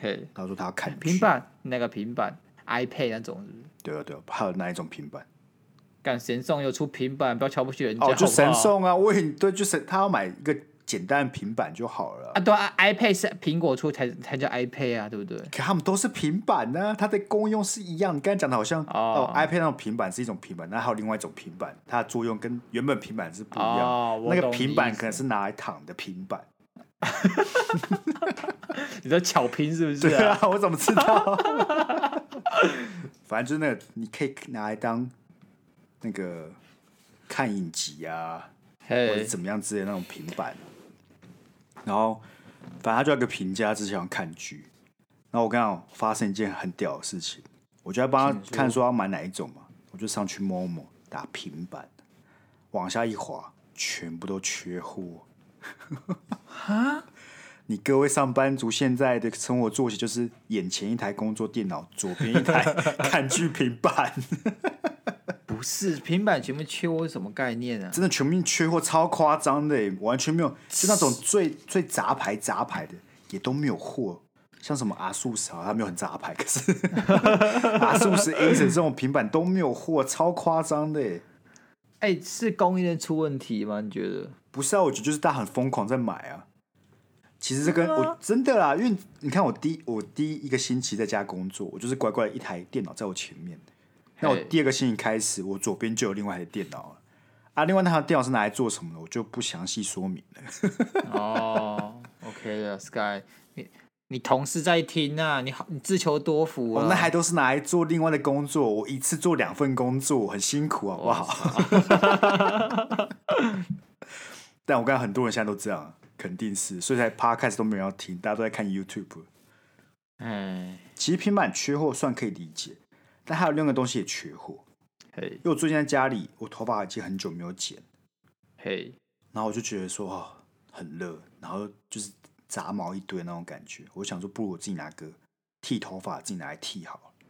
Speaker 2: 嘿，
Speaker 1: 她说她要看剧
Speaker 2: 平，板那个平板 iPad 那种是不是
Speaker 1: 对啊对啊，还有哪一种平板？
Speaker 2: 干神送又出平板，不要瞧不起人家。
Speaker 1: 哦，就
Speaker 2: 好不好
Speaker 1: 神送啊，我也对，就神，他要买一个简单的平板就好了啊。
Speaker 2: 啊，对啊，iPad 是苹果出才才叫 iPad 啊，对不对？
Speaker 1: 可他们都是平板呢、它的功用是一样。你刚才讲的好像哦
Speaker 2: 哦
Speaker 1: i p a d 那种平板是一种平板，那还有另外一种平板，它的作用跟原本平板是不一样。
Speaker 2: 哦我
Speaker 1: 那个
Speaker 2: 懂你
Speaker 1: 平板
Speaker 2: 意思
Speaker 1: 可能是拿来躺的平板。
Speaker 2: 你在巧拼是不是
Speaker 1: 对
Speaker 2: 啊？
Speaker 1: 啊，我怎么知 道？反正就是那个，你可以拿来当那个看影集啊，或者
Speaker 2: 嘿，
Speaker 1: 怎么样之类的那种平板。然后，反正他就有一个评价，之前要看剧。然后我刚好发生一件很屌的事情，我就在帮他看说要买哪一种嘛，我就上去摸摸打平板，往下一滑，全部都缺货。 你各位上班族现在的生活作息就是眼前一台工作电脑，左边一台 看剧平板，
Speaker 2: 不是平板全部缺，我是什么概念啊？
Speaker 1: 真的全面缺货，超夸张的耶，欸完全没 有，就那种最最杂牌杂牌的也都没有货。像什么阿素斯啊，它没有很杂牌，可是 阿素斯 A 这种平板都没有货，超夸张的欸耶。
Speaker 2: 哎、是供应链出问题吗？你觉得？
Speaker 1: 不是啊，我觉得就是大家很疯狂在买啊。其实这跟我真的啦，因为你看我第我第一个星期在家工作，我就是乖乖一台电脑在我前面。那我
Speaker 2: 嘿
Speaker 1: 第二个星期开始，我左边就有另外一台电脑了。啊，另外那台电脑是拿来做什么的，我就不详细说明了。
Speaker 2: 哦，OK 的，Sky，你你同事在听啊，你好，你自求多福
Speaker 1: 我
Speaker 2: 啊。
Speaker 1: 们那还都是拿来做另外的工作，我一次做两份工作，很辛苦，好不好？ 但我看很多人现在都这样，肯定是，所以才 podcast 都没有人要听，大家都在看 YouTube。
Speaker 2: 哎，
Speaker 1: 其实平板缺货算可以理解，但还有另一个东西也缺货。
Speaker 2: 嘿
Speaker 1: 因，为我最近在家里，我头发已经很久没有剪，
Speaker 2: 嘿，
Speaker 1: 然后我就觉得说哦很热，然后就是杂毛一堆那种感觉。我想说，不如我自己拿个剃头发自己拿来剃好了。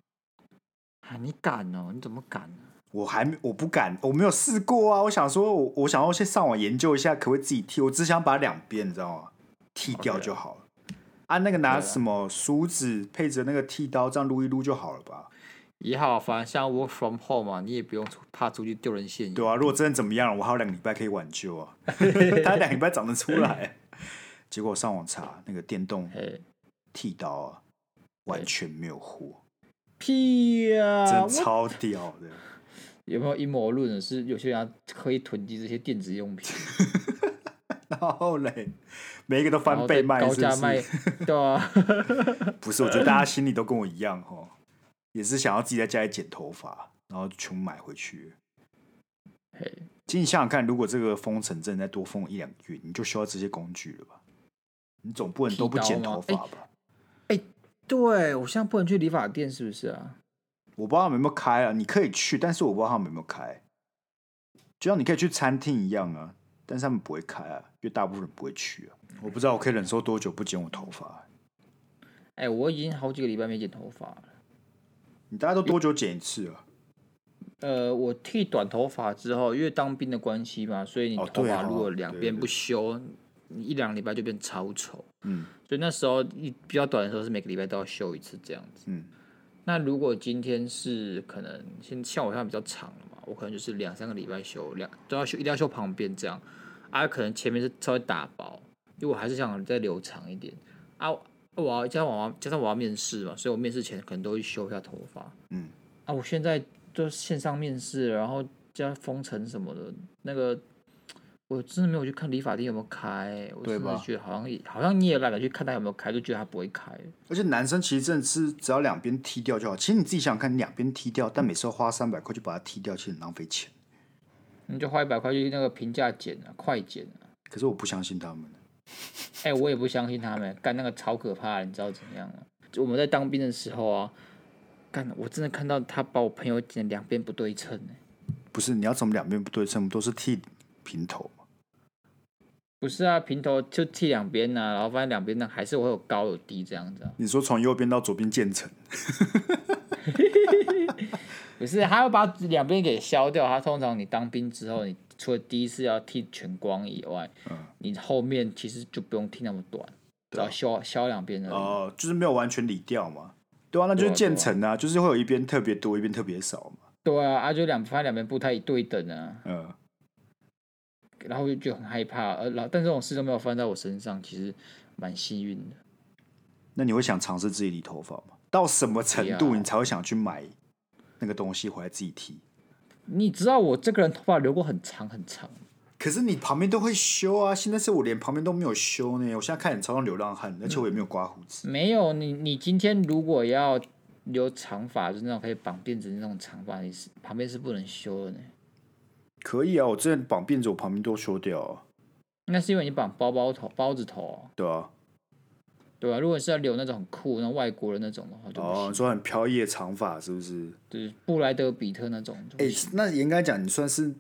Speaker 2: 啊，你敢哦？你怎么敢、啊？
Speaker 1: 我还没，我不敢，我没有试过啊。我想说我，我想要先上网研究一下，可不可以自己剃？我只想把两边，你知道吗？剃掉
Speaker 2: OK
Speaker 1: 就好了。啊，那个拿
Speaker 2: OK 啊
Speaker 1: 什么梳子配着那个剃刀，这样撸一撸就好了吧？
Speaker 2: 也好，反正像 work from home 啊嘛，你也不用出怕出去丢人现眼。
Speaker 1: 对啊，如果真的怎么样了，我还有两个礼拜可以挽救 啊。他两个礼拜长得出来，结果我上网查那个电动
Speaker 2: 嘿，
Speaker 1: 剃刀啊，完全没有货，
Speaker 2: 屁呀、
Speaker 1: 真的
Speaker 2: 呃我
Speaker 1: 超屌的。
Speaker 2: 有没有阴谋论？啊是有些人可以囤积这些电子用品，
Speaker 1: 然后嘞，每一个都
Speaker 2: 然
Speaker 1: 翻
Speaker 2: 后再
Speaker 1: 倍卖，
Speaker 2: 高
Speaker 1: 是
Speaker 2: 价
Speaker 1: 不
Speaker 2: 卖
Speaker 1: 是？，
Speaker 2: 对啊，
Speaker 1: 不是，我觉得大家心里都跟我一样哦，也是想要自己在家里剪头发，然后全部买回去。
Speaker 2: 嘿，
Speaker 1: 其实你想想看，如果这个封城真的再多封一两个月，你就需要这些工具了吧？你总不能都不
Speaker 2: 剃
Speaker 1: 剪
Speaker 2: 刀吗哎
Speaker 1: 头发吧？
Speaker 2: 对我现在不能去理发店，是不是啊？
Speaker 1: 我不知道他们有没有开啊，你可以去，但是我不知道他们有没有开。就像你可以去餐厅一样啊，但是他们不会开啊，因为大部分人不会去啊。我不知道我可以忍受多久不剪我头发。啊
Speaker 2: 哎、我已经好几个礼拜没剪头发了。
Speaker 1: 你大家都多久剪一次啊？
Speaker 2: 呃，我剃短头发之后，因为当兵的关系嘛，所以你
Speaker 1: 哦
Speaker 2: 头
Speaker 1: 对
Speaker 2: 发
Speaker 1: 哦
Speaker 2: 如果两
Speaker 1: 对
Speaker 2: 边
Speaker 1: 对
Speaker 2: 不修，你一两礼拜就变超丑。
Speaker 1: 嗯
Speaker 2: 所以那时候一比较短的时候是每个礼拜都要修一次这样子。
Speaker 1: 嗯，
Speaker 2: 那如果今天是可能现像我现在比较长了嘛，我可能就是两三个礼拜修两都要修，一定要修旁边这样。啊，可能前面是稍微打薄，因为我还是想再留长一点。啊，我要加上我要加上我要面试嘛，所以我面试前可能都会修一下头发。
Speaker 1: 嗯。
Speaker 2: 啊，我现在都线上面试了，然后加封城什么的，那个我真的没有去看理发店有没有开，我
Speaker 1: 对
Speaker 2: 真的
Speaker 1: 吧
Speaker 2: 觉得好像也好像你也懒得去看他有没有开，就觉得他不会开。
Speaker 1: 而且男生其实真的是只要两边剃掉就好。其实你自己想想看，你两边剃掉，但每次要花三百块就把它剃掉，其实很浪费钱。
Speaker 2: 你就花一百块去那个平价剪啊，快剪啊！
Speaker 1: 可是我不相信他们。
Speaker 2: 哎、我也不相信他们干那个超可怕的，你知道怎么样吗、就我们在当兵的时候啊，干我真的看到他把我朋友剪两边不对称、欸、
Speaker 1: 不是，你要怎么两边不对称？都是剃平头嘛。
Speaker 2: 不是啊，平头就剃两边呐，然后发现两边呢还是会有高有低这样子啊。
Speaker 1: 你说从右边到左边渐层，
Speaker 2: 不是，他要把两边给削掉。他通常你当兵之后，你除了第一次要剃全光以外，你后面其实就不用剃那么短，只要削削两边而已。
Speaker 1: 哦、就是没有完全理掉嘛。对啊，那就
Speaker 2: 对
Speaker 1: 是
Speaker 2: 啊
Speaker 1: 渐层啊，就是会有一边特别多，一边特别少嘛。
Speaker 2: 对啊，啊就两发现两边不太对等啊，
Speaker 1: 嗯，
Speaker 2: 然后就就很害怕。呃，然后但这种事都没有发生在我身上，其实蛮幸运的。
Speaker 1: 那你会想尝试自己理头发吗？到什么程度
Speaker 2: 要
Speaker 1: 你才会想去买那个东西回来自己剃？
Speaker 2: 你知道我这个人头发留过很长很长，
Speaker 1: 可是你旁边都会修啊，现在是我连旁边都没有修呢。我现在看你超像流浪汉，而且我也没有刮胡子。
Speaker 2: 没有你你今天如果要留长发，就是那种可以绑辫子的那种长发，你是旁边是不能修的呢。
Speaker 1: 可以啊，我之前绑辫子，我旁边都修掉、啊，
Speaker 2: 那是因为你绑包包头、包子头啊、
Speaker 1: 对啊。
Speaker 2: 对啊，如果是要留那种很酷、那种外国人那种的话，就不
Speaker 1: 哦，
Speaker 2: 行，
Speaker 1: 你说很飘逸的长发是不是？
Speaker 2: 就是布莱德比特那种就
Speaker 1: 哎、
Speaker 2: 不行。
Speaker 1: 那应该讲你算是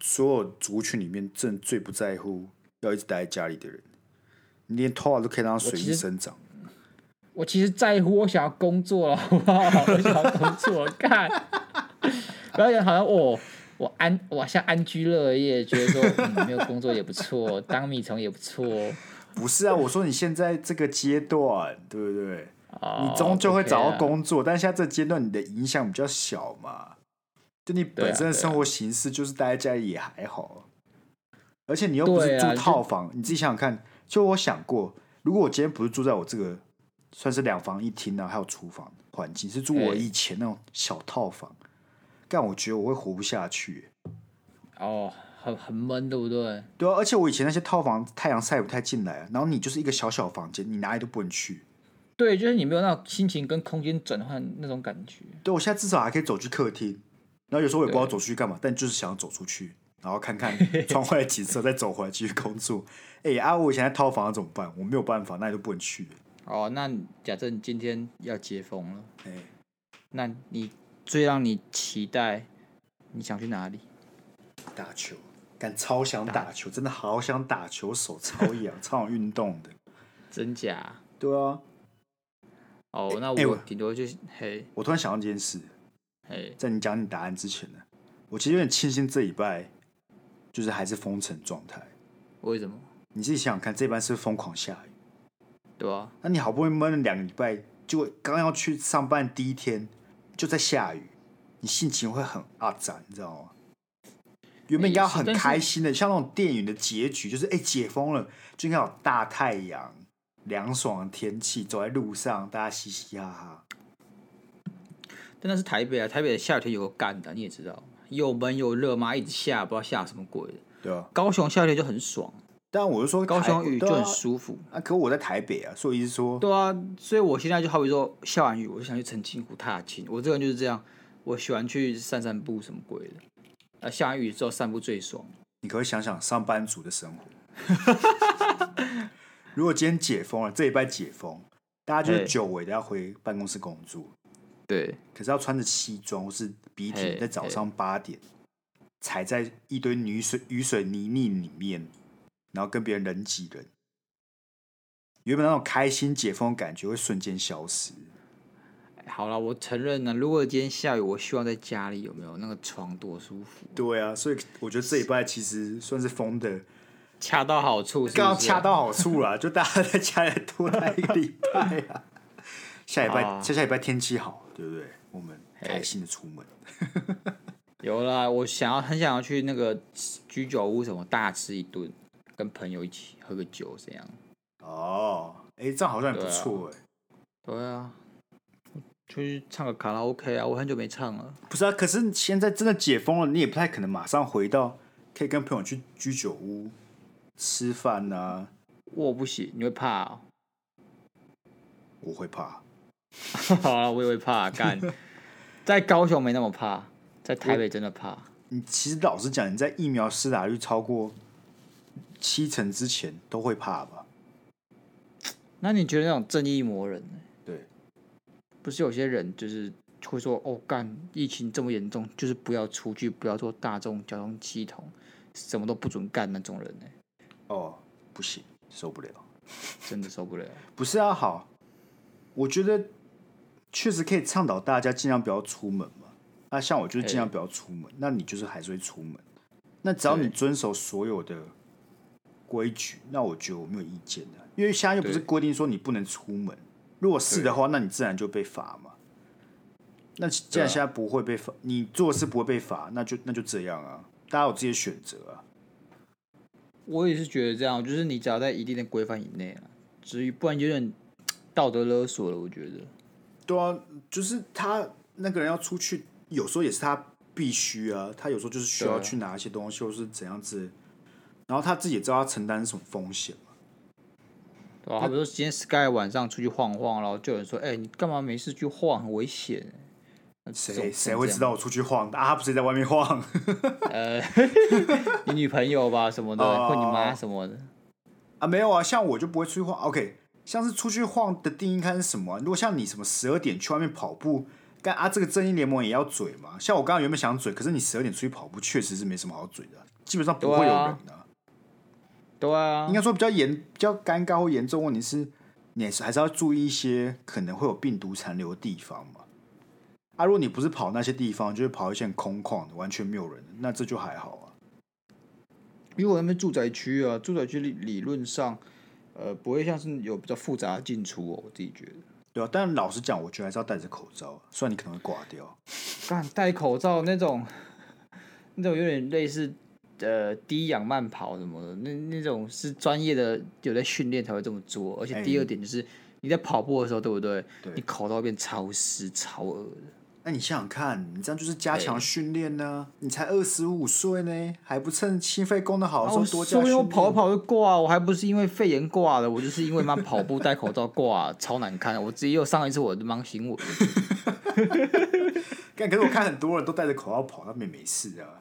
Speaker 1: 所有族群里面正最不在乎要一直待在家里的人。你连头发都可以让它随
Speaker 3: 其
Speaker 1: 意
Speaker 3: 实
Speaker 1: 生长。
Speaker 3: 我其实在乎，我想要工作了，好不好？我想要工作， 干。不要讲好像哦，我安我像安居乐业，觉得说、嗯、没有工作也不错，当米虫也不错。
Speaker 1: 不是啊，我说你现在这个阶段，对不对？
Speaker 3: 哦、
Speaker 1: 你终究会找
Speaker 2: 啊
Speaker 1: 到
Speaker 3: OK 啦
Speaker 1: 工作，但现在这阶段你的影响比较小嘛，就你
Speaker 3: 对
Speaker 1: 本
Speaker 3: 啊
Speaker 1: 身的
Speaker 3: 对啊
Speaker 1: 生活形式就是待在家里也还好，而且你又不是
Speaker 3: 对
Speaker 1: 住
Speaker 3: 啊就
Speaker 1: 套房，你自己想想看，就我想过，如果我今天不是住在我这个算是两房一厅啊，还有厨房环境，是住我
Speaker 3: 哎
Speaker 1: 以前那种小套房，但我觉得我会活不下去、欸
Speaker 3: 哦，很很闷，对不对？
Speaker 1: 对啊，而且我以前那些套房太阳晒不太进来啊，然后你就是一个小小房间，你哪里都不能去。
Speaker 3: 对，就是你没有那种心情跟空间转换那种感觉。
Speaker 1: 对，我现在至少还可以走去客厅，然后有时候我也不知道走出去干嘛，但就是想要走出去，然后看看窗外的景色，再走回来继续工作。哎、啊，我以前在套房要怎么办？我没有办法，那里都不能去。
Speaker 2: 哦，那假设你今天要解封了，
Speaker 1: 哎、
Speaker 2: 那你最让你期待，你想去哪里？
Speaker 1: 打球，但超想打球，真的好想打球，手超痒，超想运动的。
Speaker 2: 真假？
Speaker 1: 对啊，
Speaker 2: 哦，那
Speaker 1: 哎我
Speaker 2: 我顶多就是嘿
Speaker 1: 我突然想到这件事，
Speaker 2: 嘿，
Speaker 1: 在你讲你答案之前呢，我其实有点庆幸这礼拜就是还是封城状态。
Speaker 2: 为什么？
Speaker 1: 你自己想想看，这班是不是疯狂下雨？
Speaker 2: 对啊吧、
Speaker 1: 那你好不容易闷了两个礼拜，结果刚要去上班第一天就在下雨，你心情会很阿展，你知道吗？原本应该要很
Speaker 3: 也是但是
Speaker 1: 开心的，像那种电影的结局，就是哎、解封了，就应该有大太阳、凉爽的天气，走在路上大家嘻嘻哈哈。
Speaker 2: 但那是台北啊，台北的夏天有个干的，你也知道，又闷又热嘛，一直下，不知道下什么鬼的。
Speaker 1: 对啊，
Speaker 2: 高雄夏天就很爽，
Speaker 1: 但我是说
Speaker 2: 高
Speaker 1: 台
Speaker 2: 雄雨
Speaker 1: 对
Speaker 2: 就
Speaker 1: 啊
Speaker 2: 很舒服。
Speaker 1: 啊，可我在台北啊，所以是说，
Speaker 2: 对啊，所以我现在就好比说下完雨，我就想去澄清湖踏青。我这个人就是这样，我喜欢去散散步什么鬼的。啊，下完雨之后散步最爽。
Speaker 1: 你可不可以想想上班族的生活？ 如果今天解封了，这一拜解封，大家就是
Speaker 2: 嘿
Speaker 1: 久违的要回办公室工作，
Speaker 2: 对，
Speaker 1: 可是要穿着西装或是笔挺，
Speaker 2: 嘿
Speaker 1: 在早上八点踩在一堆雨水雨水泥泞里面，然后跟别人人挤人，原本那种开心解封的感觉会瞬间消失。
Speaker 2: 哎好了，我承认了。如果今天下雨，我希望在家里有没有那个床多舒服，
Speaker 1: 对啊，所以我觉得这一拜其实算是封的，
Speaker 2: 恰到好处是不是
Speaker 1: 刚好恰到好处啦， 就大家在家里多待一个礼拜 啊。下礼拜
Speaker 2: 啊
Speaker 1: 下下礼拜天气好，对不对？我们开心的出门。
Speaker 2: 有啦，我想要很想要去那个居酒屋什么大吃一顿，跟朋友一起喝个酒这样。
Speaker 1: 哦，哎，这样好像也不错哎。
Speaker 2: 对啊，出去唱个卡拉 OK 啊，我很久没唱了。
Speaker 1: 不是啊，可是现在真的解封了，你也不太可能马上回到可以跟朋友去居酒屋吃饭啊。
Speaker 2: 我不行，你会怕、哦？
Speaker 1: 我会怕，
Speaker 2: 好啊了，我也会怕，干。 在高雄没那么怕，在台北真的怕。
Speaker 1: 你其实老实讲，你在疫苗施打率超过七成之前都会怕吧？
Speaker 2: 那你觉得那种正义魔人呢？
Speaker 1: 对，
Speaker 2: 不是有些人就是会说，哦，干，疫情这么严重，就是不要出去，不要坐大众交通系统，什么都不准干那种人呢，
Speaker 1: 哦，不行，受不了。
Speaker 2: 真的受不了。
Speaker 1: 不是啊，好，我觉得确实可以倡导大家尽量不要出门嘛。那像我就是尽量不要出门，那你就是还是会出门。那只要你
Speaker 2: 哎对
Speaker 1: 遵守所有的规矩，那我觉得我没有意见的、因为现在又不是
Speaker 2: 对
Speaker 1: 规定说你不能出门，如果是的话，那你自然就被罚嘛。那既然
Speaker 2: 对啊
Speaker 1: 现在不会被罚，你做事不会被罚，那就那就这样啊，大家有自己的选择啊。
Speaker 2: 我也是觉得这样，就是你只要在一定的规范以内啊，至于不然有点道德勒索了，我觉得。
Speaker 1: 对啊，就是他那个人要出去，有时候也是他必须啊，他有时候就是需要
Speaker 2: 对
Speaker 1: 去拿一些东西，或是怎样子，然后他自己也知道他承担什么风险嘛。
Speaker 2: 对啊吧、好比说今天 Sky 晚上出去晃晃，然后就有人说：“哎、你干嘛没事去晃？很危险。”那这种
Speaker 1: 谁谁会知？道
Speaker 2: 这
Speaker 1: 我出去晃？啊，他不是也在外面晃？
Speaker 2: 种你女朋友吧什么的，
Speaker 1: 哦
Speaker 2: 或你妈什么的。
Speaker 1: 啊，没有啊，像我就不会出去晃。OK，像是出去晃的定义应该是什么啊、如果像你什么十二点去外面跑步，干啊，这个正义联盟也要嘴嘛。像我刚刚原本啊想嘴，可是你十二点出去跑步，确实是没什么好嘴的，基本上不会有
Speaker 2: 对
Speaker 1: 人
Speaker 2: 啊
Speaker 1: 啊。
Speaker 2: 对啊
Speaker 1: 应，该说比较严、比较尴尬或严重的问题是，你还是还是要注意一些可能会有病毒残留的地方嘛。啊，如果你不是跑那些地方，就是跑一些很空旷的、完全没有人的，那这就还好啊。
Speaker 2: 因为我那边住宅区啊，住宅区理理论上，呃，不会像是有比较复杂的进出哦，我自己觉得。
Speaker 1: 对啊，但老实讲，我觉得还是要戴着口罩，啊虽然你可能会挂掉。
Speaker 2: 干戴口罩那种， 那种有点类似呃低氧慢跑什么的，那那种是专业的有在训练才会这么做。而且第二点就是你在跑步的时候，对不哎对？
Speaker 1: 对
Speaker 2: 你口罩会变超湿超恶的。
Speaker 1: 那你想想看，你这样就是加强训练呢。你才二十五岁呢，还不趁心肺功能好的时候
Speaker 2: 我
Speaker 1: 多加
Speaker 2: 哦
Speaker 1: 训
Speaker 2: 说不定
Speaker 1: 练。
Speaker 2: 我跑一跑就挂，我还不是因为肺炎挂的，我就是因为妈跑步戴口罩挂，超难看。我自己又上一次我的盲行我
Speaker 1: 干可是我看很多人都戴着口罩跑，他们也没事啊。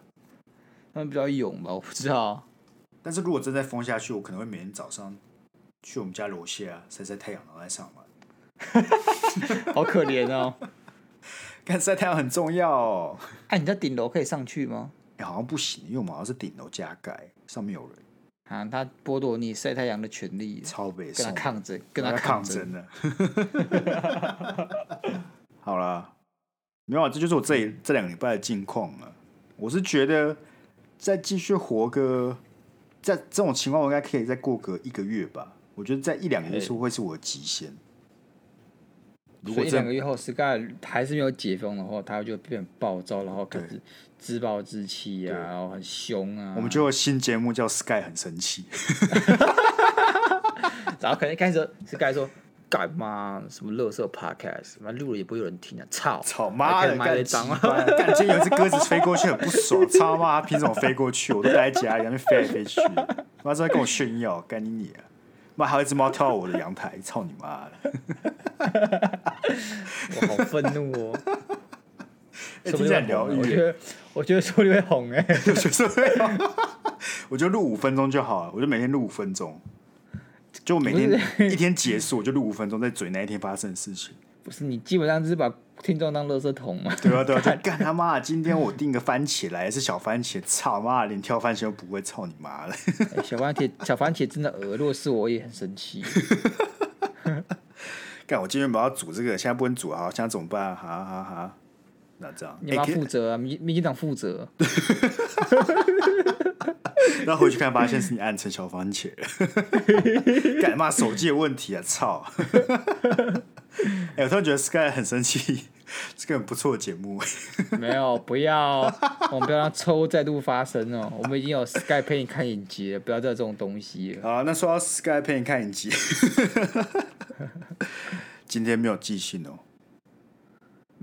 Speaker 2: 他们比较勇吧，我不知道。
Speaker 1: 但是如果真再封下去，我可能会每天早上去我们家楼下晒晒太阳，然后再上班。
Speaker 2: 好可怜哦！
Speaker 1: 干晒太阳很重要、哦。
Speaker 2: 哎、你在顶楼可以上去吗？
Speaker 1: 哎、好像不行，因为我们好像是顶楼加盖，上面有人，
Speaker 2: 啊，他剥夺你晒太阳的权利。
Speaker 1: 超北
Speaker 2: 跟
Speaker 1: 宋
Speaker 2: 他抗争，
Speaker 1: 跟
Speaker 2: 跟他
Speaker 1: 他抗
Speaker 2: 抗争。
Speaker 1: 争的。 好啦，没有啊，这就是我这一这两个礼拜的近况了。我是觉得再继续活个，在这种情况，我应该可以再过个一个月吧。我觉得在一两
Speaker 2: 哎
Speaker 1: 个月是会是我的极限。如
Speaker 2: 所
Speaker 1: 果
Speaker 2: 以一
Speaker 1: 这
Speaker 2: 两个月后，Sky 还是没有解封的话，他就变暴躁，然后开始自暴自弃啊，
Speaker 1: 对
Speaker 2: 然后很凶啊。
Speaker 1: 我们就有新节目叫 Sky 很生气，
Speaker 2: 然后可能一开始 Sky 说：“干嘛什么乐色 podcast，妈录了也不会有人听啊，操
Speaker 1: 操妈
Speaker 2: 还可
Speaker 1: 的，
Speaker 2: 以骂
Speaker 1: 干
Speaker 2: 一脏
Speaker 1: 鸡巴干今天有一只鸽子飞过去很不 爽，操妈，凭什么飞过去？我都待在家里，那边飞来飞去，妈正在跟我炫耀，干你你啊！妈还有一只猫跳到我的阳台，操你妈的！
Speaker 2: 我好愤怒哦。
Speaker 1: 哎
Speaker 2: 说不
Speaker 1: 听
Speaker 2: 定
Speaker 1: 起来
Speaker 2: 会
Speaker 1: 很
Speaker 2: 红
Speaker 1: 疗
Speaker 2: 欸我觉
Speaker 1: 愈，欸
Speaker 2: 得，我觉得说不定会红哎、
Speaker 1: 有学生会吗我就录五分钟就好了，我就每天录五分钟，就我每天一天结束，我就录五分钟，在嘴那一天发生的事情。
Speaker 3: 不是你基本上就是把听众当垃圾桶嘛？
Speaker 1: 对啊，对啊，就干他妈！今天我订个番茄来是小番茄，操妈，连挑番茄都不会，操你妈的！
Speaker 3: 哎小番茄，小番茄真的恶，如果是我也很生 气。
Speaker 1: 哎干，我今天本来要煮这个，现在不能煮啊，现在怎么办啊？哈哈哈！那这样，
Speaker 3: 你
Speaker 1: 欸
Speaker 3: 妈
Speaker 1: 可以
Speaker 3: 负责啊，民民进党负责。
Speaker 1: 然后回去看，发现是你按成小番茄了，干嘛手机有问题啊？操！哎、我突然觉得 Sky 很生气，这个很不错的节目，
Speaker 3: 没有，不要，我们不要让错误再度发生哦。我们已经有 Sky 陪你看影集了，不要再有这种东西了。
Speaker 1: 好啊，那说到 Sky 陪你看影集，今天没有寄信哦。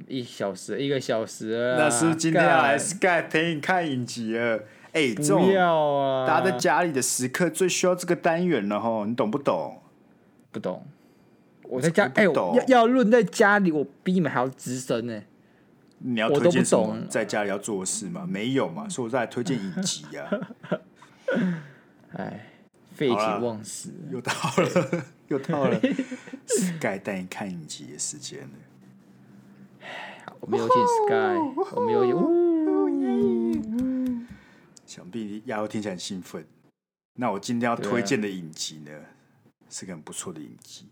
Speaker 3: 一小时，一个小时了啦
Speaker 1: 那是不是今天要来
Speaker 3: 干
Speaker 1: Sky 陪你看影集了。哎、
Speaker 3: 啊不
Speaker 1: 这种
Speaker 3: 要啊！
Speaker 1: 大家在家里的时刻最需要这个单元了吼，你懂不懂？
Speaker 3: 不懂，我在家哎、
Speaker 1: 不懂
Speaker 3: 我要要论在家里，我比你们还要资深呢、
Speaker 1: 你要
Speaker 3: 我
Speaker 1: 推
Speaker 3: 都
Speaker 1: 荐
Speaker 3: 不
Speaker 1: 什
Speaker 3: 懂
Speaker 1: 么在家里要做的事吗？没有嘛，所以我在推荐影集 啊，
Speaker 3: 哎，废寝
Speaker 1: 好啦
Speaker 3: 忘食。
Speaker 1: 又到了，又到 了 Sky 带你看影集的时间了。
Speaker 3: 我们有 请 Sky，我们有请
Speaker 1: 想必亚欧听起来很兴奋。那我今天要
Speaker 3: 对啊
Speaker 1: 推荐的影集呢，是个很不错的影集，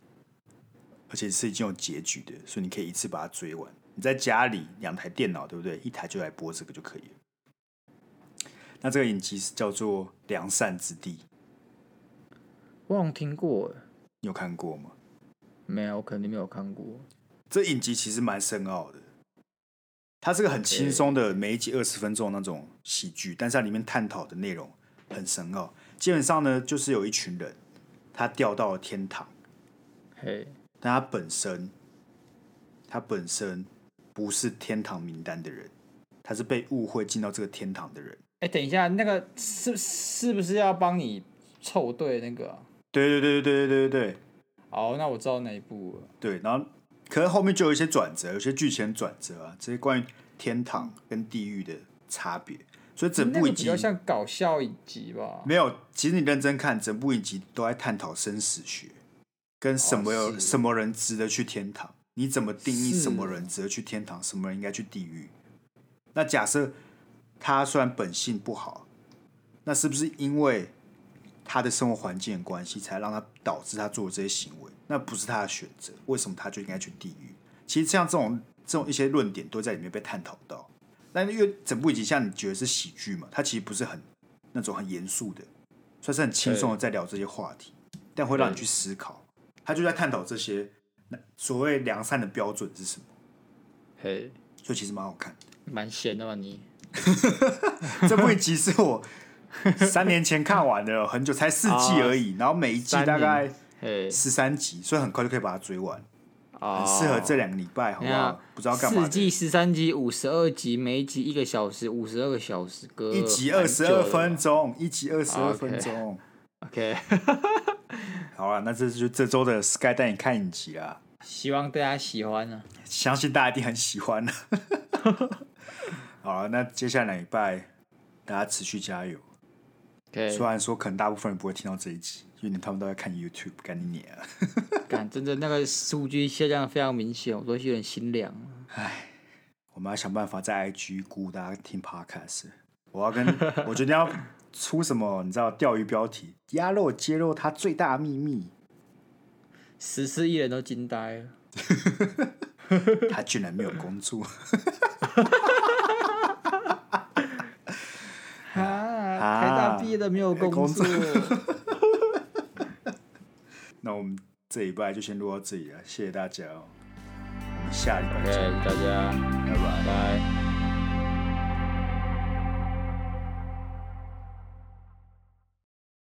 Speaker 1: 而且是已经有结局的，所以你可以一次把它追完。你在家里两台电脑，对不对？一台就来播这个就可以了。那这个影集是叫做《良善之地》，
Speaker 3: 我好像听过，
Speaker 1: 你有看过吗？
Speaker 3: 没有，我肯定没有看过。
Speaker 1: 这影集其实蛮深奥的，它是个很轻松的，每一集二十分钟的那种喜剧，但是它里面探讨的内容很深奥。基本上呢，就是有一群人，他掉到了天堂，
Speaker 3: 嘿，
Speaker 1: 但他本身，他本身不是天堂名单的人，他是被误会进到这个天堂的人。
Speaker 2: 哎、等一下，那个是是不是要帮你凑对那个啊、
Speaker 1: 对对对对对对对对
Speaker 2: 好，那我知道哪一部了。
Speaker 1: 对，然后可能后面就有一些转折，有些剧情转折啊，这些关于天堂跟地狱的差别。所以整
Speaker 2: 那
Speaker 1: 部
Speaker 2: 个
Speaker 1: 影
Speaker 2: 比
Speaker 1: 集
Speaker 2: 较像搞笑一集吧？
Speaker 1: 没有，其实你认真看，整部影集都在探讨生死学，跟什么有、
Speaker 2: 是
Speaker 1: 什么人值得去天堂，你怎么定义
Speaker 2: 是
Speaker 1: 什么人值得去天堂，什么人应该去地狱。那假设他虽然本性不好，那是不是因为他的生活环境的关系，才让他导致他做的这些行为，那不是他的选择，为什么他就应该去地狱？其实像这种这种一些论点都在里面被探讨到，但因为整部影集像你觉得是喜剧嘛，它其实不是很那种很严肃的，算是很轻松的在聊这些话题，但会让你去思考，他就在探讨这些那所谓良善的标准是什么，
Speaker 2: 嘿，
Speaker 1: 所以其实蛮好看的。
Speaker 2: 蛮闲的嘛你。
Speaker 1: 这部影集是我三年前看完的，很久才四季而 已，然后每一季
Speaker 2: 啊三
Speaker 1: 大
Speaker 2: 年
Speaker 1: 概
Speaker 2: 嘿，
Speaker 1: 十三集，所以很快就可以把它追完，
Speaker 2: 哦
Speaker 1: 很适合这两个礼拜，好不
Speaker 2: 等一下
Speaker 1: 好？不知道干嘛
Speaker 2: 四
Speaker 1: 的，
Speaker 2: 季十三集，五十二集，每一集一个小时，五十二个小时，哥，
Speaker 1: 一集
Speaker 2: 蛮
Speaker 1: 二
Speaker 2: 久
Speaker 1: 十
Speaker 2: 的
Speaker 1: 二
Speaker 2: 吧
Speaker 1: 分。钟，一集二十二
Speaker 2: OK
Speaker 1: 分钟。
Speaker 2: OK，
Speaker 1: 好了，那这就这周的 Sky 带你看影集啦，
Speaker 2: 希望大家喜欢啊。
Speaker 1: 相信大家一定很喜欢 的。好了，那接下来两礼拜大家持续加油。虽
Speaker 2: OK，
Speaker 1: 然说可能大部分人不会听到这一集，因为你们他们都在看 YouTube，干你娘！
Speaker 2: 感真的那个数据下降得非常明显，我都有点心凉。
Speaker 1: 我们要想办法在 IG 鼓舞大家听 podcast。我要跟 我决定要出什么，你知道钓鱼标题，鸭肉揭露他最大秘密，
Speaker 2: 十四亿人都惊呆了。
Speaker 1: 他居然没有工作。
Speaker 2: 啊，台大毕业的没有工
Speaker 1: 工
Speaker 2: 作
Speaker 1: 作， 那我们这一拜就先录到这里了，谢谢大家哦，我们下礼拜见，
Speaker 2: 大家。
Speaker 1: 拜拜。